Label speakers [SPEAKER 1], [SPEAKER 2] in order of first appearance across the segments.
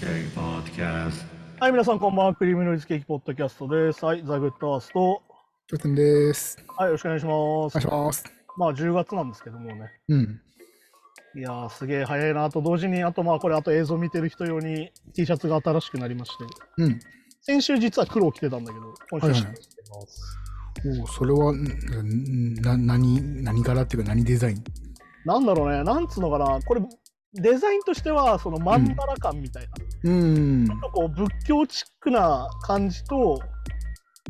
[SPEAKER 1] Cake Podcast.
[SPEAKER 2] はい、皆さんこんばんは。クリームノイズケーキポッドキャストです。はい、ザ・グッドアースト。
[SPEAKER 3] ちょっとんです。
[SPEAKER 2] はい、よろしくお願いしま
[SPEAKER 3] お願い
[SPEAKER 2] す。
[SPEAKER 3] します。
[SPEAKER 2] まあ、10月なんですけどもね。
[SPEAKER 3] うん。
[SPEAKER 2] いやー、すげえ早いなと同時に、あとまあ、これ、あと映像見てる人用に T シャツが新しくなりまして、
[SPEAKER 3] うん。
[SPEAKER 2] 先週実は黒を着てたんだけど、今週
[SPEAKER 3] はいは
[SPEAKER 2] 白を
[SPEAKER 3] い
[SPEAKER 2] 着てます。
[SPEAKER 3] おうそれは、んんな、何、何柄っていうか何デザイン
[SPEAKER 2] なんだろうね、なんつうのかな、これ、デザインとしては、そのマンダラ感みたいな、
[SPEAKER 3] うん。
[SPEAKER 2] ちょっとこう、仏教チックな感じと、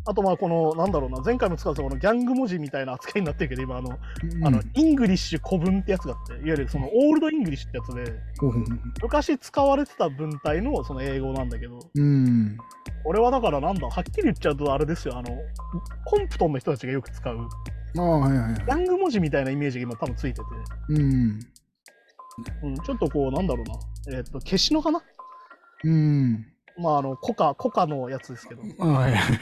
[SPEAKER 2] あとまあ、この、なんだろうな、前回も使ったこのギャング文字みたいな扱いになってるけど、今、あの、あの、イングリッシュ古文ってやつがあって、いわゆるそのオールドイングリッシュってやつで、昔使われてた文体のその英語なんだけど、
[SPEAKER 3] うん。
[SPEAKER 2] これはだからなんだ、はっきり言っちゃうとあれですよ、あの、コンプトンの人たちがよく使う、
[SPEAKER 3] ああ、はいはいは
[SPEAKER 2] ヤング文字みたいなイメージが今多分ついてて、
[SPEAKER 3] い。うん。
[SPEAKER 2] うん、ちょっとこう、なんだろうな、えっ、と、消しの花
[SPEAKER 3] うん。
[SPEAKER 2] まあ、あの、コカ、コカのやつですけど、
[SPEAKER 3] ああ、はいはい。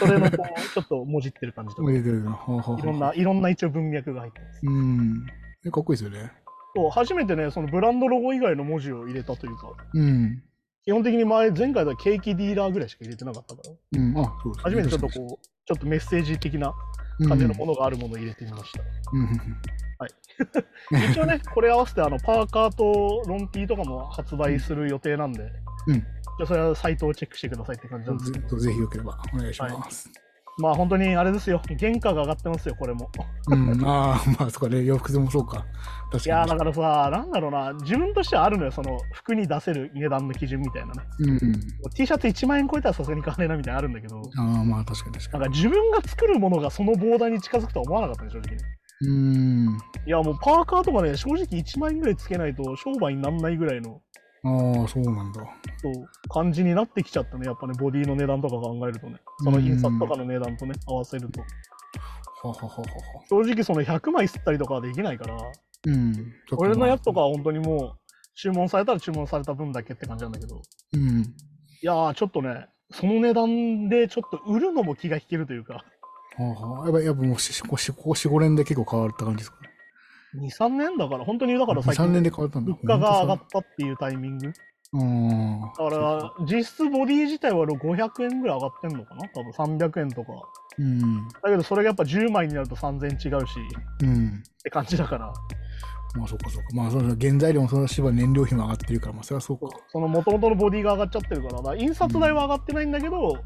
[SPEAKER 2] それのこう、ちょっともじってる感じと
[SPEAKER 3] お
[SPEAKER 2] か、
[SPEAKER 3] め
[SPEAKER 2] い
[SPEAKER 3] でとうございますほうほうほう
[SPEAKER 2] ろんな、いろんな一応文脈が入ってます。
[SPEAKER 3] うん。えかっこいいですよね。
[SPEAKER 2] そう、初めてね、そのブランドロゴ以外の文字を入れたというか、
[SPEAKER 3] うん。
[SPEAKER 2] 基本的に前、前回はケーキディーラーぐらいしか入れてなかったから。
[SPEAKER 3] うん。あ、そうですね
[SPEAKER 2] 初めてちょっとこう、ちょっとメッセージ的な感じのものがあるものを入れてみました。
[SPEAKER 3] うん。うん
[SPEAKER 2] 一応ね、これ合わせてあのパーカーとロンティーとかも発売する予定なんで、
[SPEAKER 3] うん
[SPEAKER 2] じゃあそれはサイトをチェックしてくださいって感じ
[SPEAKER 3] う
[SPEAKER 2] なんんですけ
[SPEAKER 3] ぜ
[SPEAKER 2] ど、
[SPEAKER 3] ぜひよければお願いします。
[SPEAKER 2] まあ本当にあれですよ、原価が上がってますよ、これも。
[SPEAKER 3] うん。ああ、まあ、そこで洋服でもそうか。確
[SPEAKER 2] いや
[SPEAKER 3] か
[SPEAKER 2] ーだからさ、なんだろうな、自分としてはあるのよ、その服に出せる値段の基準みたいなね。
[SPEAKER 3] に。うん。
[SPEAKER 2] T シャツ1万円超えたらさすがに買わねえなみたいなのあるんだけど、
[SPEAKER 3] ああ、まあ、確かに確か
[SPEAKER 2] なんか自分が作るものがそのボーダーに近づくとは思わなかったね、正直ね。
[SPEAKER 3] に。うん。
[SPEAKER 2] いやもうパーカーとかね、正直1万円ぐらいつけないと商売にならないぐらいの
[SPEAKER 3] ああ、そうなんだ。
[SPEAKER 2] そう感じになってきちゃったね、やっぱね、ボディの値段とか考えるとね、その印刷とかの値段とね、合わせると。
[SPEAKER 3] ははははは。
[SPEAKER 2] 正直、その100枚すったりとかはできないから、
[SPEAKER 3] うん。
[SPEAKER 2] 俺のやつとかは本当にもう、注文されたら注文された分だけって感じなんだけど、
[SPEAKER 3] うん。
[SPEAKER 2] いやー、ちょっとね、その値段でちょっと売るのも気が引けるというか、
[SPEAKER 3] はあはあ、やっぱ、やっぱもうし、しこし、ここ4、5年で結構変わった感じですかね。
[SPEAKER 2] 2、3年だから、本当にだから
[SPEAKER 3] 2 3
[SPEAKER 2] 最近、
[SPEAKER 3] 年で変わったんだ。
[SPEAKER 2] 物価が上が
[SPEAKER 3] あ
[SPEAKER 2] ったっていうタイミング。
[SPEAKER 3] あー。
[SPEAKER 2] だから、実質ボディ自体は500円ぐらい上がってんのかな多分300円とか。
[SPEAKER 3] うん。
[SPEAKER 2] だけど、それがやっぱ10枚になると3000違うし、
[SPEAKER 3] うん。
[SPEAKER 2] って感じだから。
[SPEAKER 3] まあ、そっかそっか。まあ、そうそう原材料もそうだし、まあ燃料費も上がってるから、まあ、それはそうか。
[SPEAKER 2] その元々のボディが上がっちゃってるから、だから印刷代は上がってないんだけど、
[SPEAKER 3] うん。は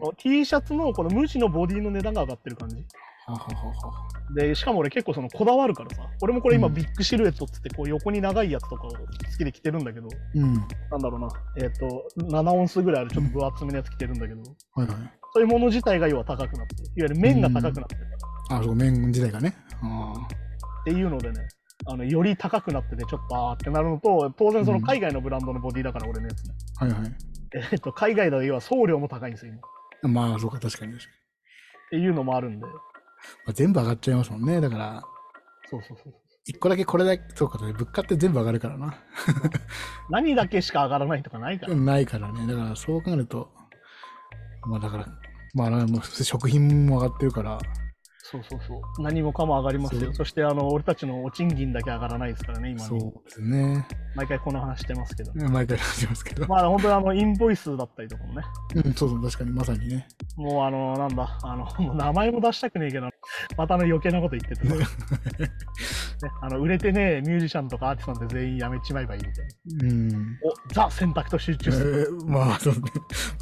[SPEAKER 2] この T シャツのこの無地のボディの値段が上がってる感じ。
[SPEAKER 3] あはあはあはあ。
[SPEAKER 2] で、しかも俺結構そのこだわるからさ、俺もこれ今
[SPEAKER 3] うん
[SPEAKER 2] ビッグシルエットっつってこう横に長いやつとかを好きで着てるんだけど、
[SPEAKER 3] うん。は
[SPEAKER 2] なんだろうな、えっ、と、7オンスぐらいあるちょっと分厚めのやつ着てるんだけど、
[SPEAKER 3] いはい。
[SPEAKER 2] そういうもの自体が要は高くなってる、いわゆる面が高くなってるから
[SPEAKER 3] あ、そう、麺時代がね。ああ。
[SPEAKER 2] っていうのでね、あのより高くなっててちょっとあーってなるのと、当然その海外のブランドのボディだから俺のやつね。
[SPEAKER 3] はいはい。
[SPEAKER 2] えっと、海外だと要は送料も高いんですよ、今。っ
[SPEAKER 3] まあ、そうか、確かに確かに。
[SPEAKER 2] ていうのもあるんで。
[SPEAKER 3] まあ、全部上がっちゃいますもんね。だから、
[SPEAKER 2] そうそうそう。
[SPEAKER 3] 一個だけこれだけ、そうか、物価って全部上がるからな。
[SPEAKER 2] 何だけしか上がらないとかないから。
[SPEAKER 3] ないからね。だからそう考えると、まあだから、まあなもう食品も上がってるから、
[SPEAKER 2] そうそうそう。何もかも上がります
[SPEAKER 3] そ
[SPEAKER 2] よ。
[SPEAKER 3] う
[SPEAKER 2] そして、あの、俺たちのお賃金だけ上がらないですからね、今ね
[SPEAKER 3] そうですね。
[SPEAKER 2] 毎回この話してますけど。
[SPEAKER 3] 毎回話しますけど。
[SPEAKER 2] まあ、本当にあの、インボイスだったりとかもね。
[SPEAKER 3] うん、そうそう、確かにまさにね。
[SPEAKER 2] もう、あの、なんだ、あの、もう名前も出したくねえけど、またあの余計なこと言ってて。 ね、あの売れてねえミュージシャンとかアーティストなんて全員やめちまえばいいみたいな。
[SPEAKER 3] うん。
[SPEAKER 2] おザ選択と集
[SPEAKER 3] え
[SPEAKER 2] 中する。
[SPEAKER 3] ーまあそうね。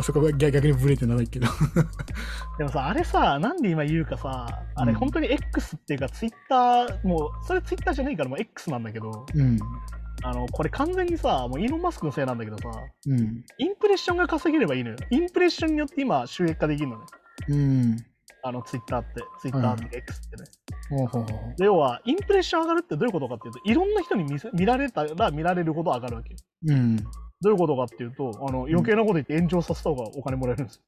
[SPEAKER 3] そこは逆逆にブレてないけど。
[SPEAKER 2] でもさ、あれさ、なんで今言うかさ、あれ
[SPEAKER 3] うん
[SPEAKER 2] 本当に X っていうか Twitter、もう、それ Twitter じゃないからもう X なんだけど、
[SPEAKER 3] うん。
[SPEAKER 2] あの、これ完全にさ、もうイーロン・マスクのせいなんだけどさ、
[SPEAKER 3] うん。
[SPEAKER 2] インプレッションが稼げればいいのよ。インプレッションによって今、収益化できるのね。
[SPEAKER 3] うん。
[SPEAKER 2] あの、ツイッターって、ツイッターって X ってね。
[SPEAKER 3] ほうほうほ
[SPEAKER 2] で要は、インプレッション上がるってどういうことかっていうと、いろんな人に見せ見られたら見られるほど上がるわけよ。
[SPEAKER 3] う。うん。
[SPEAKER 2] どういうことかっていうと、あの、余計なこと言って炎上させた方がお金もらえるんですよ。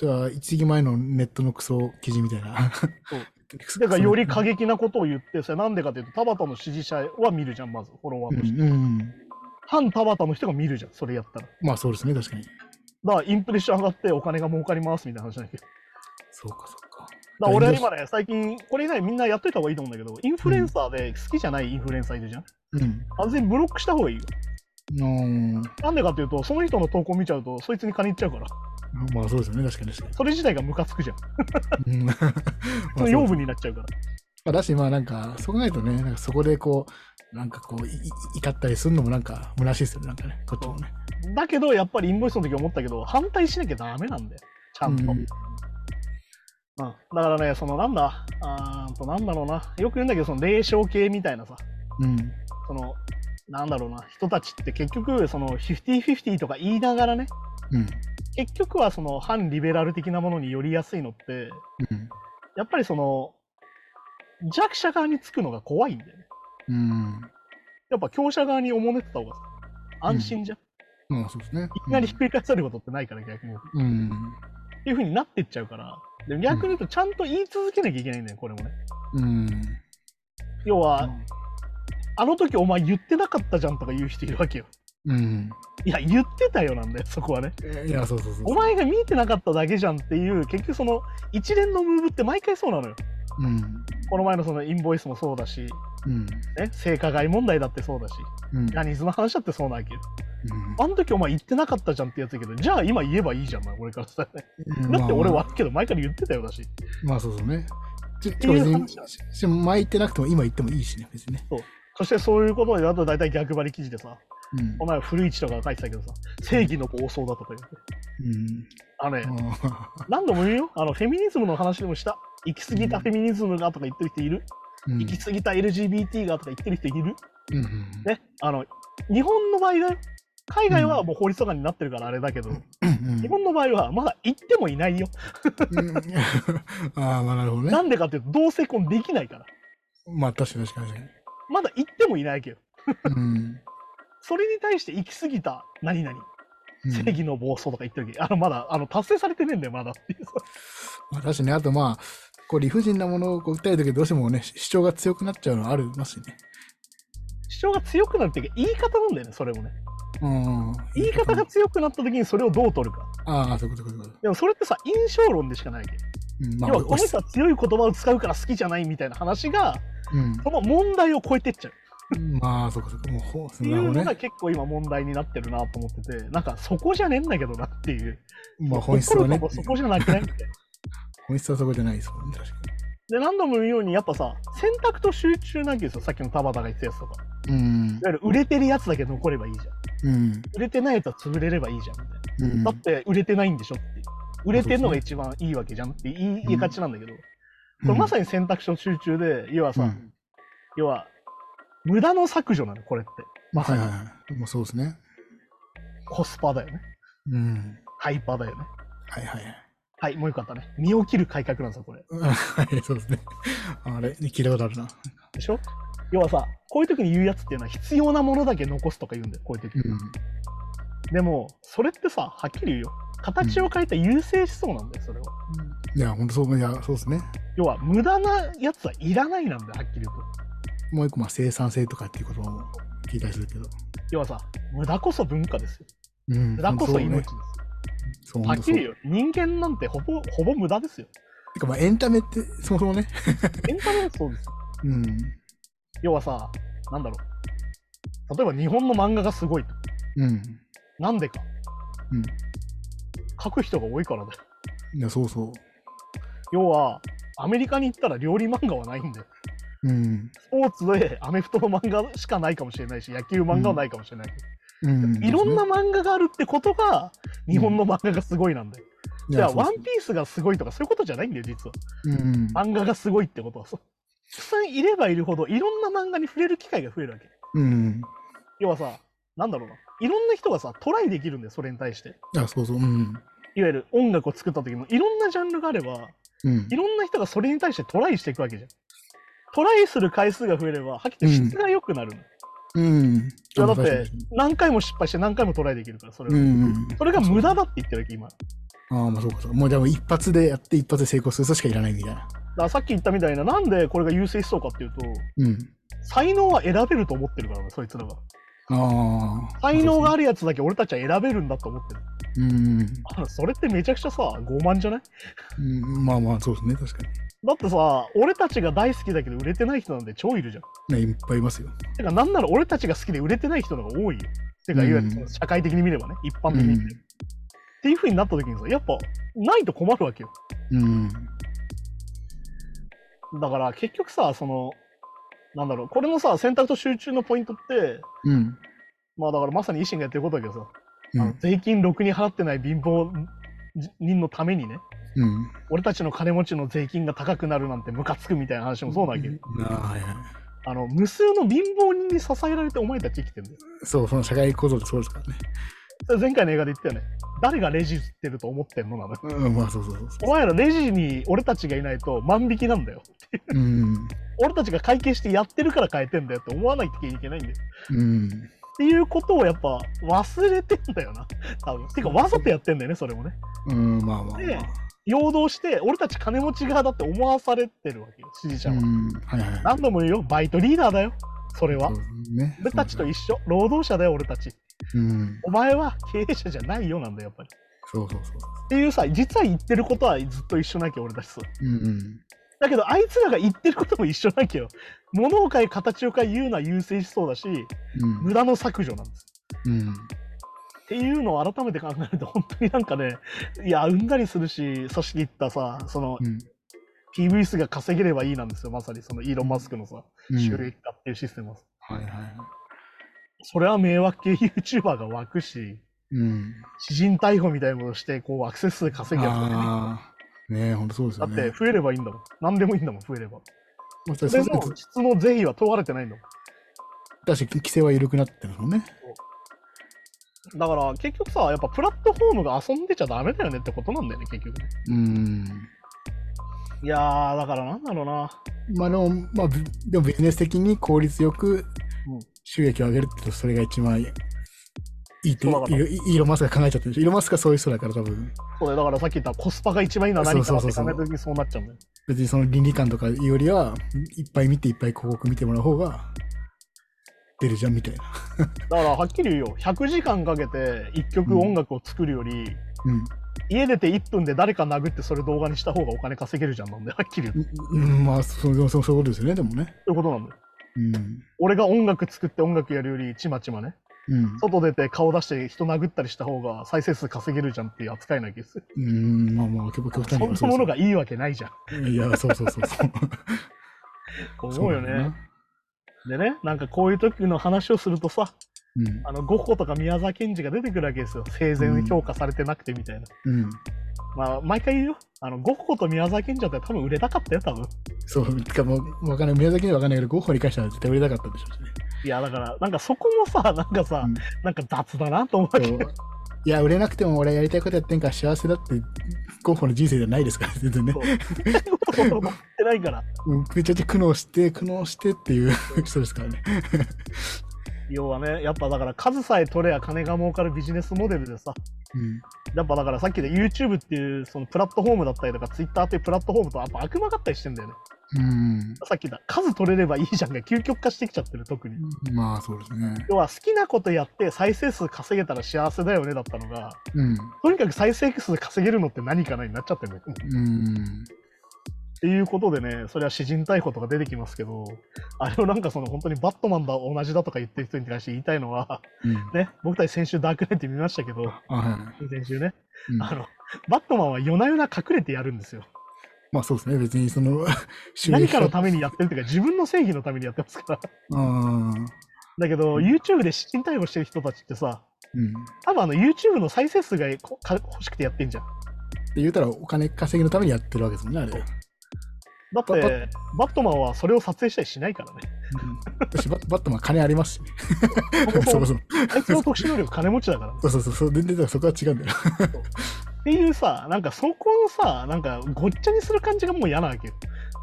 [SPEAKER 3] じゃあ、一時前のネットのクソ記事みたいな。
[SPEAKER 2] そう
[SPEAKER 3] う
[SPEAKER 2] だから、より過激なことを言って、それなんでかっていうと、田畑の支持者は見るじゃん、まず、フォロワーとして。
[SPEAKER 3] うん、うん。
[SPEAKER 2] 反田畑の人が見るじゃん、それやったら。
[SPEAKER 3] まあそうですね、確かに。
[SPEAKER 2] だから、インプレッション上がってお金が儲かりますみたいな話なんだけど。
[SPEAKER 3] そうかそうか。
[SPEAKER 2] だから俺は今ね、最近、これ以外みんなやっといた方がいいと思うんだけど、インフルエンサーで好きじゃないインフルエンサーいるじゃん。
[SPEAKER 3] うん。
[SPEAKER 2] 完全にブロックした方がいいよ。
[SPEAKER 3] うん。
[SPEAKER 2] なんでかっていうと、その人の投稿見ちゃうと、そいつに金いっちゃうから、
[SPEAKER 3] まあそうですよね、確かにですよ。
[SPEAKER 2] それ自体がムカつくじゃん。
[SPEAKER 3] うんまあそう
[SPEAKER 2] その養分になっちゃうから。
[SPEAKER 3] まあ、だし、まあなんか、そう考えるとね、なんかそこでこう、なんかこう、いい怒ったりするのもなんか、虚しいですよね、なんかね、こっちもね。
[SPEAKER 2] だけど、やっぱりインボイスの時思ったけど、反対しなきゃダメなんだよ。ちゃんと。
[SPEAKER 3] う
[SPEAKER 2] うんんだからね、そのなんだ、あーんとなんだろうな、よく言うんだけど、その霊障系みたいなさ、
[SPEAKER 3] うん。
[SPEAKER 2] その、なんだろうな、人たちって結局、その、50-50とか言いながらね、
[SPEAKER 3] うん。
[SPEAKER 2] 結局はその、反リベラル的なものに寄りやすいのって、
[SPEAKER 3] うん。
[SPEAKER 2] やっぱりその、弱者側につくのが怖いんだよね。
[SPEAKER 3] うん。
[SPEAKER 2] やっぱ強者側におもねてた方がさ安心じゃん。
[SPEAKER 3] まあそうですね。
[SPEAKER 2] いきなりひっくり返されることってないから、逆に。
[SPEAKER 3] うん。
[SPEAKER 2] っていう風になってっちゃうから、で逆に言うと、ちゃんと言い続けなきゃいけないんだよ、これもね。
[SPEAKER 3] うん。うん。
[SPEAKER 2] 要は、あの時お前言ってなかったじゃんとか言う人いるわけよ。
[SPEAKER 3] うん。
[SPEAKER 2] いや、言ってたよなんだよ、そこはね。
[SPEAKER 3] いや、そうそうそう。
[SPEAKER 2] お前が見えてなかっただけじゃんっていう、結局その一連のムーブって毎回そうなのよ。
[SPEAKER 3] うん。
[SPEAKER 2] この前のそのインボイスもそうだし、
[SPEAKER 3] うん。
[SPEAKER 2] ね、性加害問題だってそうだし、
[SPEAKER 3] うん。
[SPEAKER 2] ジャニーズの話だってそうなわけよ。
[SPEAKER 3] うん
[SPEAKER 2] あの時お前言ってなかったじゃんってやつだけど、じゃあ今言えばいいじゃんな、俺からさ。だって俺はあるけど、前から言ってたよだし。
[SPEAKER 3] まあそうそうね。ちょ
[SPEAKER 2] ていう
[SPEAKER 3] 別に
[SPEAKER 2] 話だ
[SPEAKER 3] しし巻いてなくても今言ってもいいしね、別にね。
[SPEAKER 2] そしてそういうことで、あと大体逆張り記事でさ、
[SPEAKER 3] うん
[SPEAKER 2] お前古市とかが書いてたけどさ、正義の暴走だとか言って。あのね、
[SPEAKER 3] うん。
[SPEAKER 2] 何度も言うよあのフェミニズムの話でもした行き過ぎたフェミニズムがとか言ってる人いる、
[SPEAKER 3] うん。
[SPEAKER 2] 行き過ぎた LGBT がとか言ってる人いる
[SPEAKER 3] うん。
[SPEAKER 2] ねあの日本の場合だよ海外はもう法律とかになってるからあれだけど、
[SPEAKER 3] うん
[SPEAKER 2] 日本の場合はまだ行ってもいないよ、
[SPEAKER 3] うん。 ああ、まあなるほどね
[SPEAKER 2] な。んでかっていうと同性婚できないから
[SPEAKER 3] まあ確かに確かに
[SPEAKER 2] まだ行ってもいないけど
[SPEAKER 3] 確かに。うん。
[SPEAKER 2] それに対して行き過ぎた何々
[SPEAKER 3] うん
[SPEAKER 2] 正義の暴走とか言ってるけど、あのまだあの達成されてねえんだよまだっていうさ
[SPEAKER 3] まあ、確かに、あとまあ、こう理不尽なものをこう訴えるときどうしてもね、し主張が強くなっちゃうのはありますしね。
[SPEAKER 2] 主張が強くなるっていうか言い方なんだよねそれもね
[SPEAKER 3] うん。
[SPEAKER 2] 言い方が強くなった時にそれをどう取るか
[SPEAKER 3] ああ、そういうこと、そういうこと。
[SPEAKER 2] でもそれってさ印象論でしかないわけど、
[SPEAKER 3] うん、まあ、
[SPEAKER 2] 要はこの人
[SPEAKER 3] 押し
[SPEAKER 2] は強い言葉を使うから好きじゃないみたいな話がその問題を超えてっちゃう
[SPEAKER 3] うん。まあ、そうか、そうか。もう、ほう、
[SPEAKER 2] って
[SPEAKER 3] ないる
[SPEAKER 2] う
[SPEAKER 3] ほど
[SPEAKER 2] のが
[SPEAKER 3] ね。
[SPEAKER 2] 結構今問題になってるなと思っててなんかそこじゃねえんだけどなっていう
[SPEAKER 3] まあ、本質
[SPEAKER 2] 怒
[SPEAKER 3] は
[SPEAKER 2] る
[SPEAKER 3] ね
[SPEAKER 2] とこ、そこじゃなくないみたいな
[SPEAKER 3] 本質はそこじゃないですもんね、確か
[SPEAKER 2] で何度も言うようにやっぱさ選択と集中なんですよさっきの田畑が言ったやつとか
[SPEAKER 3] に。うん
[SPEAKER 2] い。わゆる売れてるやつだけ残ればいいじゃん
[SPEAKER 3] うん。
[SPEAKER 2] 売れてないやつは潰れればいいじゃんみたいな
[SPEAKER 3] うん
[SPEAKER 2] だって売れてないんでしょっていう売れてんのが一番いいわけじゃんって言い言いがちなんだけど、これまさに選択肢の集中で要はさ、
[SPEAKER 3] うん
[SPEAKER 2] 要は無駄の削除なのこれってまさ
[SPEAKER 3] はい
[SPEAKER 2] に
[SPEAKER 3] はいはい。もうそうですね。
[SPEAKER 2] コスパだよね
[SPEAKER 3] うん。
[SPEAKER 2] ハイパーだよね
[SPEAKER 3] はいはい はい。
[SPEAKER 2] はいもうよかったね身を切る改革なんですよこれ
[SPEAKER 3] うんはい、そうですね。あれ、聞いたことあるな。
[SPEAKER 2] でしょ要はさこういう時に言うやつっていうのは必要なものだけ残すとか言うんだよこういう時、
[SPEAKER 3] う
[SPEAKER 2] でもそれってさはっきり言うよ形を変えた優勢思想なんだよそれは、
[SPEAKER 3] ん。いや、ほんとそう、いや、そうですね。
[SPEAKER 2] 要は無駄なやつはいらないなんだよはっきり言うと
[SPEAKER 3] もう一個、まあ、生産性とかっていうことも聞いたりするけど。
[SPEAKER 2] 要はさ無駄こそ文化ですよ
[SPEAKER 3] うん。
[SPEAKER 2] 無駄こそ命
[SPEAKER 3] ね
[SPEAKER 2] ですよ、
[SPEAKER 3] そう
[SPEAKER 2] はっ
[SPEAKER 3] 本当
[SPEAKER 2] き
[SPEAKER 3] そ
[SPEAKER 2] り
[SPEAKER 3] う
[SPEAKER 2] 言うよ人間なんてほぼほぼ無駄ですよ
[SPEAKER 3] てか、まあ、エンタメって、そもそもね。
[SPEAKER 2] エンタメもそうですよ
[SPEAKER 3] うん。
[SPEAKER 2] 要はさ、なんだろう。例えば日本の漫画がすごいと。
[SPEAKER 3] うん。
[SPEAKER 2] なんでか。
[SPEAKER 3] うん。
[SPEAKER 2] 書く人が多いからだよ。
[SPEAKER 3] いや、そうそ
[SPEAKER 2] 要は、アメリカに行ったら料理漫画はないんで、
[SPEAKER 3] う。うん。
[SPEAKER 2] スポーツでアメフトの漫画しかないかもしれないし、野球漫画はないかもしれないけど、
[SPEAKER 3] うん。
[SPEAKER 2] いろんな漫画があるってことが、日本の漫画がすごいなんだよ。
[SPEAKER 3] い
[SPEAKER 2] じゃ
[SPEAKER 3] や
[SPEAKER 2] あ、
[SPEAKER 3] そう
[SPEAKER 2] ワ
[SPEAKER 3] そう
[SPEAKER 2] ンピースがすごいとか、そういうことじゃないんだよ、実は。
[SPEAKER 3] うん。
[SPEAKER 2] 漫画がすごいってことはさ。たくさんいればいるほど、いろんな漫画に触れる機会が増えるわけ。
[SPEAKER 3] うん。
[SPEAKER 2] 要はさ、なんだろうな。いろんな人がさ、トライできるんだよ、それに対して。
[SPEAKER 3] いや、そうそう。うん。
[SPEAKER 2] いわゆる音楽を作った時もいろんなジャンルがあれば
[SPEAKER 3] うん
[SPEAKER 2] い。ろんな人がそれに対してトライしていくわけじゃん。トライする回数が増えればはっきり言って質が良くなるの。
[SPEAKER 3] うん。
[SPEAKER 2] いやだって何回も失敗して何回もトライできるからそれ
[SPEAKER 3] う
[SPEAKER 2] は、
[SPEAKER 3] ん。
[SPEAKER 2] それが無駄だって言ってるわけ今。だか
[SPEAKER 3] ああ、まあそうかそうか。もうでも一発でやって一発で成功する人しかいらないみたいな。
[SPEAKER 2] らさっき言ったみたいななんでこれが優勢思想かっていうと
[SPEAKER 3] うん。
[SPEAKER 2] 才能は選べると思ってるからねそいつらが。
[SPEAKER 3] ああ。
[SPEAKER 2] 才能があるやつだけ俺たちは選べるんだと思ってる。
[SPEAKER 3] うん。
[SPEAKER 2] あそれってめちゃくちゃさ傲慢じゃない
[SPEAKER 3] うん。まあまあ、そうですね。確か
[SPEAKER 2] だってさ俺たちが大好きだけど売れてない人なんて超いるじゃん。
[SPEAKER 3] に。ね、いっぱいいますよ。
[SPEAKER 2] てかなんなら俺たちが好きで売れてない人の方が多いよ。ていうか、
[SPEAKER 3] うん
[SPEAKER 2] いわゆるその社会的に見ればね、一般
[SPEAKER 3] う
[SPEAKER 2] 的に見
[SPEAKER 3] ん
[SPEAKER 2] て、っていう風になった時にさ、やっぱ、ないと困るわけよ。
[SPEAKER 3] うん
[SPEAKER 2] だから、結局さ、その、なんだろう、これのさ、選択と集中のポイントって、
[SPEAKER 3] うん
[SPEAKER 2] まあだからまさに維新がやってることだけどさ、
[SPEAKER 3] う
[SPEAKER 2] あの
[SPEAKER 3] ん
[SPEAKER 2] 税金ろくに払ってない貧乏人のためにね、
[SPEAKER 3] うん
[SPEAKER 2] 俺たちの金持ちの税金が高くなるなんてムカつくみたいな話もそうなんだけど、
[SPEAKER 3] ああはいはい
[SPEAKER 2] あの無数の貧乏人に支えられてお前たち生きてるんだよ。
[SPEAKER 3] そうその社会構造ってそうですからね
[SPEAKER 2] それ前回の映画で言ったよね。誰がレジ打ってると思ってんのなのよ。
[SPEAKER 3] うんまあそうそうそうそ
[SPEAKER 2] お前らレジに俺たちがいないと万引きなんだよ。
[SPEAKER 3] ううん
[SPEAKER 2] 俺たちが会計してやってるから変えてんだよって思わないといけないんだよ。
[SPEAKER 3] うん
[SPEAKER 2] っていうことをやっぱ忘れてんだよな。多分。てかわざとやってんだよね、それもね。
[SPEAKER 3] うんまあまあまあ
[SPEAKER 2] で陽動して俺たち金持ち側だって思わされてるわけよ、支持者
[SPEAKER 3] う
[SPEAKER 2] は。
[SPEAKER 3] んはいはい
[SPEAKER 2] 何度も言うよ、バイトリーダーだよ。それは
[SPEAKER 3] そう。ですね
[SPEAKER 2] 俺たちと一緒。労働者だよ、俺たち。
[SPEAKER 3] うん
[SPEAKER 2] お前は経営者じゃないよなんだよやっぱり。
[SPEAKER 3] そうそうそうそ
[SPEAKER 2] っていうさ、実は言ってることはずっと一緒なきゃ俺だしさ。
[SPEAKER 3] ううんうん
[SPEAKER 2] だけど、あいつらが言ってることも一緒なきゃよ。物を変え、形を変え、言うのは優先しそうだし、
[SPEAKER 3] うん
[SPEAKER 2] 無駄の削除なんです。
[SPEAKER 3] うん
[SPEAKER 2] っていうのを改めて考えると、本当になんかね、いや、うんだりするし、さしきったさ、その
[SPEAKER 3] うん
[SPEAKER 2] PV 数が稼げればいいなんですよ、まさにそのイーロン・マスクのさ、
[SPEAKER 3] うん
[SPEAKER 2] 収益化っていうシステムは。
[SPEAKER 3] はいはい
[SPEAKER 2] それは迷惑系 YouTuber が湧くし、
[SPEAKER 3] うん
[SPEAKER 2] 知人逮捕みたいなことして、こう、アクセス数稼ぎやすい。
[SPEAKER 3] ああねえほんとそうです
[SPEAKER 2] だ
[SPEAKER 3] よ
[SPEAKER 2] っ
[SPEAKER 3] ね
[SPEAKER 2] て増えればいいんだもん。何でもいいんだもん、増えれば。
[SPEAKER 3] まあそ
[SPEAKER 2] そ
[SPEAKER 3] れそ
[SPEAKER 2] れ
[SPEAKER 3] う
[SPEAKER 2] の質の是非は問われてないんだも
[SPEAKER 3] だし規制は緩くなってるもん
[SPEAKER 2] ん。
[SPEAKER 3] ね
[SPEAKER 2] だから結局さ、やっぱプラットフォームが遊んでちゃダメだよねってことなんだよね、結局ね。
[SPEAKER 3] うん
[SPEAKER 2] いやー、だからなんだろうな。
[SPEAKER 3] まあでも、まあ、ビでもビジネス的に効率よく
[SPEAKER 2] うん
[SPEAKER 3] 収益を上げるってとそれが一番いいって、
[SPEAKER 2] そうだから
[SPEAKER 3] イイイーロン・マスクが考えちゃってるでしょイーロン・マスクはそういう人だから多分、
[SPEAKER 2] そうだよだからさっき言ったコスパが一番いいのは何かなって考えた時にそうなっちゃうんだよ。
[SPEAKER 3] 別にその倫理観とかいうよりは、いっぱい見ていっぱい広告見てもらう方が出るじゃんみたいな。
[SPEAKER 2] だからはっきり言うよ、100時間かけて一曲音楽を作るより、
[SPEAKER 3] うん。
[SPEAKER 2] 家出て1分で誰か殴ってそれ動画にした方がお金稼げるじゃんなんで、はっきり言う。
[SPEAKER 3] うん、まあ、そうそうそうそういうことですよね、でもね。
[SPEAKER 2] そういうことなんだよ。
[SPEAKER 3] うん。
[SPEAKER 2] 俺が音楽作って音楽やるよりちまちまね、
[SPEAKER 3] うん。
[SPEAKER 2] 外出て顔出して人殴ったりした方が再生数稼げるじゃんっていう扱いな気がする。
[SPEAKER 3] うん、まあまあ、結構極
[SPEAKER 2] そ
[SPEAKER 3] 端に
[SPEAKER 2] ん
[SPEAKER 3] は
[SPEAKER 2] なもの
[SPEAKER 3] う
[SPEAKER 2] がいいわけないじゃん。
[SPEAKER 3] ですよ。いや、そうそうそうそう。
[SPEAKER 2] 思うよ
[SPEAKER 3] そなんだ
[SPEAKER 2] ね。でね、なんかこういう時の話をするとさ、
[SPEAKER 3] な
[SPEAKER 2] あの、ゴッホとか宮沢賢治が出てくるわけですよ。生前評価されてなくてみたいな。
[SPEAKER 3] うん。うん。
[SPEAKER 2] まあ、毎回言うよ。あの、ゴッホと宮沢賢治だったら多分売れたかったよ、多分。
[SPEAKER 3] そう、てかもう、わかんない。宮崎にはわかんないけど、ゴッホに関しては絶対売れなかったんでしょうしね。
[SPEAKER 2] いや、だから、なんかそこもさ、なんかさ、
[SPEAKER 3] うん
[SPEAKER 2] なんか雑だなと思う
[SPEAKER 3] そ
[SPEAKER 2] わ
[SPEAKER 3] う
[SPEAKER 2] け。
[SPEAKER 3] いや、売れなくても俺やりたいことやってんから幸せだって、ゴッホの人生じゃないですから、 全然ね
[SPEAKER 2] そ。う全然ゴッホのことってないから。
[SPEAKER 3] うんめちゃくちゃ苦悩して、苦悩してっていう 人ですからね。
[SPEAKER 2] 要はね、やっぱだから数さえ取れや金が儲かるビジネスモデルでさ、
[SPEAKER 3] うん。
[SPEAKER 2] やっぱだからさっきで YouTube っていうそのプラットフォームだったりとか Twitter っていうプラットフォームとやっぱ悪魔がったりしてんだよね。
[SPEAKER 3] うん。
[SPEAKER 2] さっきだ数取れればいいじゃんが究極化してきちゃってる特に。
[SPEAKER 3] まあ、そうですね。
[SPEAKER 2] 要は好きなことやって再生数稼げたら幸せだよねだったのが
[SPEAKER 3] うん。
[SPEAKER 2] とにかく再生数稼げるのって何かなになっちゃってるのよ。っ
[SPEAKER 3] うん。
[SPEAKER 2] ていうことでねそれは詩人逮捕とか出てきますけどあれをなんかその本当にバットマンだ同じだとか言ってる人に対して言いたいのは
[SPEAKER 3] うん。
[SPEAKER 2] ね僕たち先週ダークナイト見ましたけど
[SPEAKER 3] あ、はい。
[SPEAKER 2] 先週ね
[SPEAKER 3] うん
[SPEAKER 2] あのバットマンは夜な夜な隠れてやるんですよ。
[SPEAKER 3] まあ、そうですね。別にその、 収
[SPEAKER 2] 何
[SPEAKER 3] 益
[SPEAKER 2] かの
[SPEAKER 3] 化
[SPEAKER 2] ためにやってるというか自分の正義のためにやってますから
[SPEAKER 3] うん。
[SPEAKER 2] だけど YouTube で資金逮捕してる人たちってさ
[SPEAKER 3] うん。
[SPEAKER 2] 多分あの YouTube の再生数がこか欲しくてやってんじゃん
[SPEAKER 3] って言うたら、お金稼ぎのためにやってるわけですもんね、あれ。
[SPEAKER 2] だってバットマンはそれを撮影したりしないからね
[SPEAKER 3] うん私バ、バットマン金ありますしね。
[SPEAKER 2] そも
[SPEAKER 3] そ
[SPEAKER 2] そ
[SPEAKER 3] も
[SPEAKER 2] も
[SPEAKER 3] そも。
[SPEAKER 2] あいつの特殊能力金持ちだからっ
[SPEAKER 3] そうそうそうそう。全然、だからそこは違うんだよ。
[SPEAKER 2] ていうさなんかそこのさなんかごっちゃにする感じがもう嫌なわけよ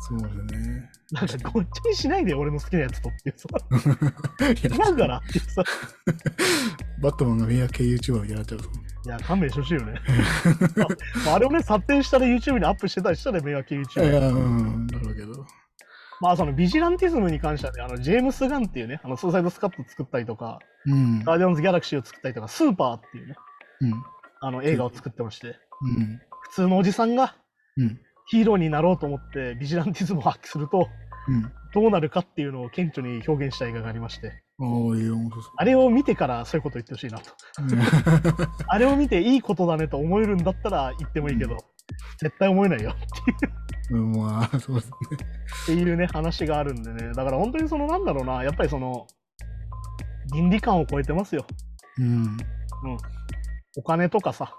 [SPEAKER 3] そうですね。
[SPEAKER 2] なんかごっちゃにしないで俺の好きなやつとって いうさ
[SPEAKER 3] いや
[SPEAKER 2] 違うからっていうさ
[SPEAKER 3] バットマンが迷惑系 YouTuber みたいになっちゃうと思
[SPEAKER 2] いや勘弁してほしいよ ねまああれをね撮影したら YouTube にアップしてたりしたら迷惑系 YouTuber
[SPEAKER 3] う。いや、うん、だろうけど。
[SPEAKER 2] まあそのビジランティズムに関してはね、あのジェームス・ガンっていうね、あのソーサイド・スカット作ったりとか、
[SPEAKER 3] うん。
[SPEAKER 2] ガーディアンズ・ギャラクシーを作ったりとか、スーパーっていうね、
[SPEAKER 3] うん。
[SPEAKER 2] あの映画を作ってまして、
[SPEAKER 3] うん。
[SPEAKER 2] 普通のおじさんが
[SPEAKER 3] うん。
[SPEAKER 2] ヒーローになろうと思ってビジランティズムを発揮すると、
[SPEAKER 3] うん。
[SPEAKER 2] どうなるかっていうのを顕著に表現した映画がありまして、
[SPEAKER 3] おー、いや、本当そう。
[SPEAKER 2] あれを見てからそういうこと言ってほしいなと。あれを見ていいことだねと思えるんだったら言ってもいいけど、絶対思えないよ
[SPEAKER 3] うん、 まあ、そうですね。
[SPEAKER 2] っていうね、話があるんでね。だから本当にそのなんだろうな、やっぱりその、倫理観を超えてますよ。
[SPEAKER 3] うん。
[SPEAKER 2] お金とかさ、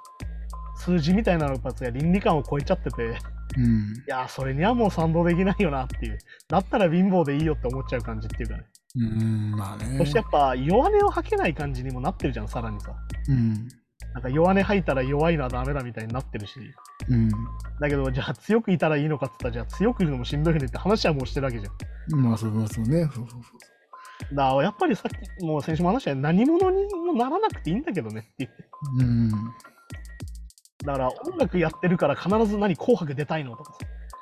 [SPEAKER 2] 数字みたいなのが倫理観を超えちゃってて、
[SPEAKER 3] うん。
[SPEAKER 2] いやー、それにはもう賛同できないよなっていう。だったら貧乏でいいよって思っちゃう感じっていうかね。
[SPEAKER 3] うん、まあね。
[SPEAKER 2] そしてやっぱ弱音を吐けない感じにもなってるじゃん、さらにさ。
[SPEAKER 3] うん。
[SPEAKER 2] なんか弱音吐いたら弱いのはダメだみたいになってるし。
[SPEAKER 3] うん。
[SPEAKER 2] だけど、じゃあ強くいたらいいのかって言ったら、じゃあ強くいるのもしんどいよねって話はもうしてるわけじゃん。
[SPEAKER 3] まあ、そうそうね。そうそうそう。
[SPEAKER 2] だからやっぱりさっき、もう先週も話したように何者にもならなくていいんだけどねっていう。
[SPEAKER 3] うん。
[SPEAKER 2] だから音楽やってるから必ず何紅白出たいのとかさ、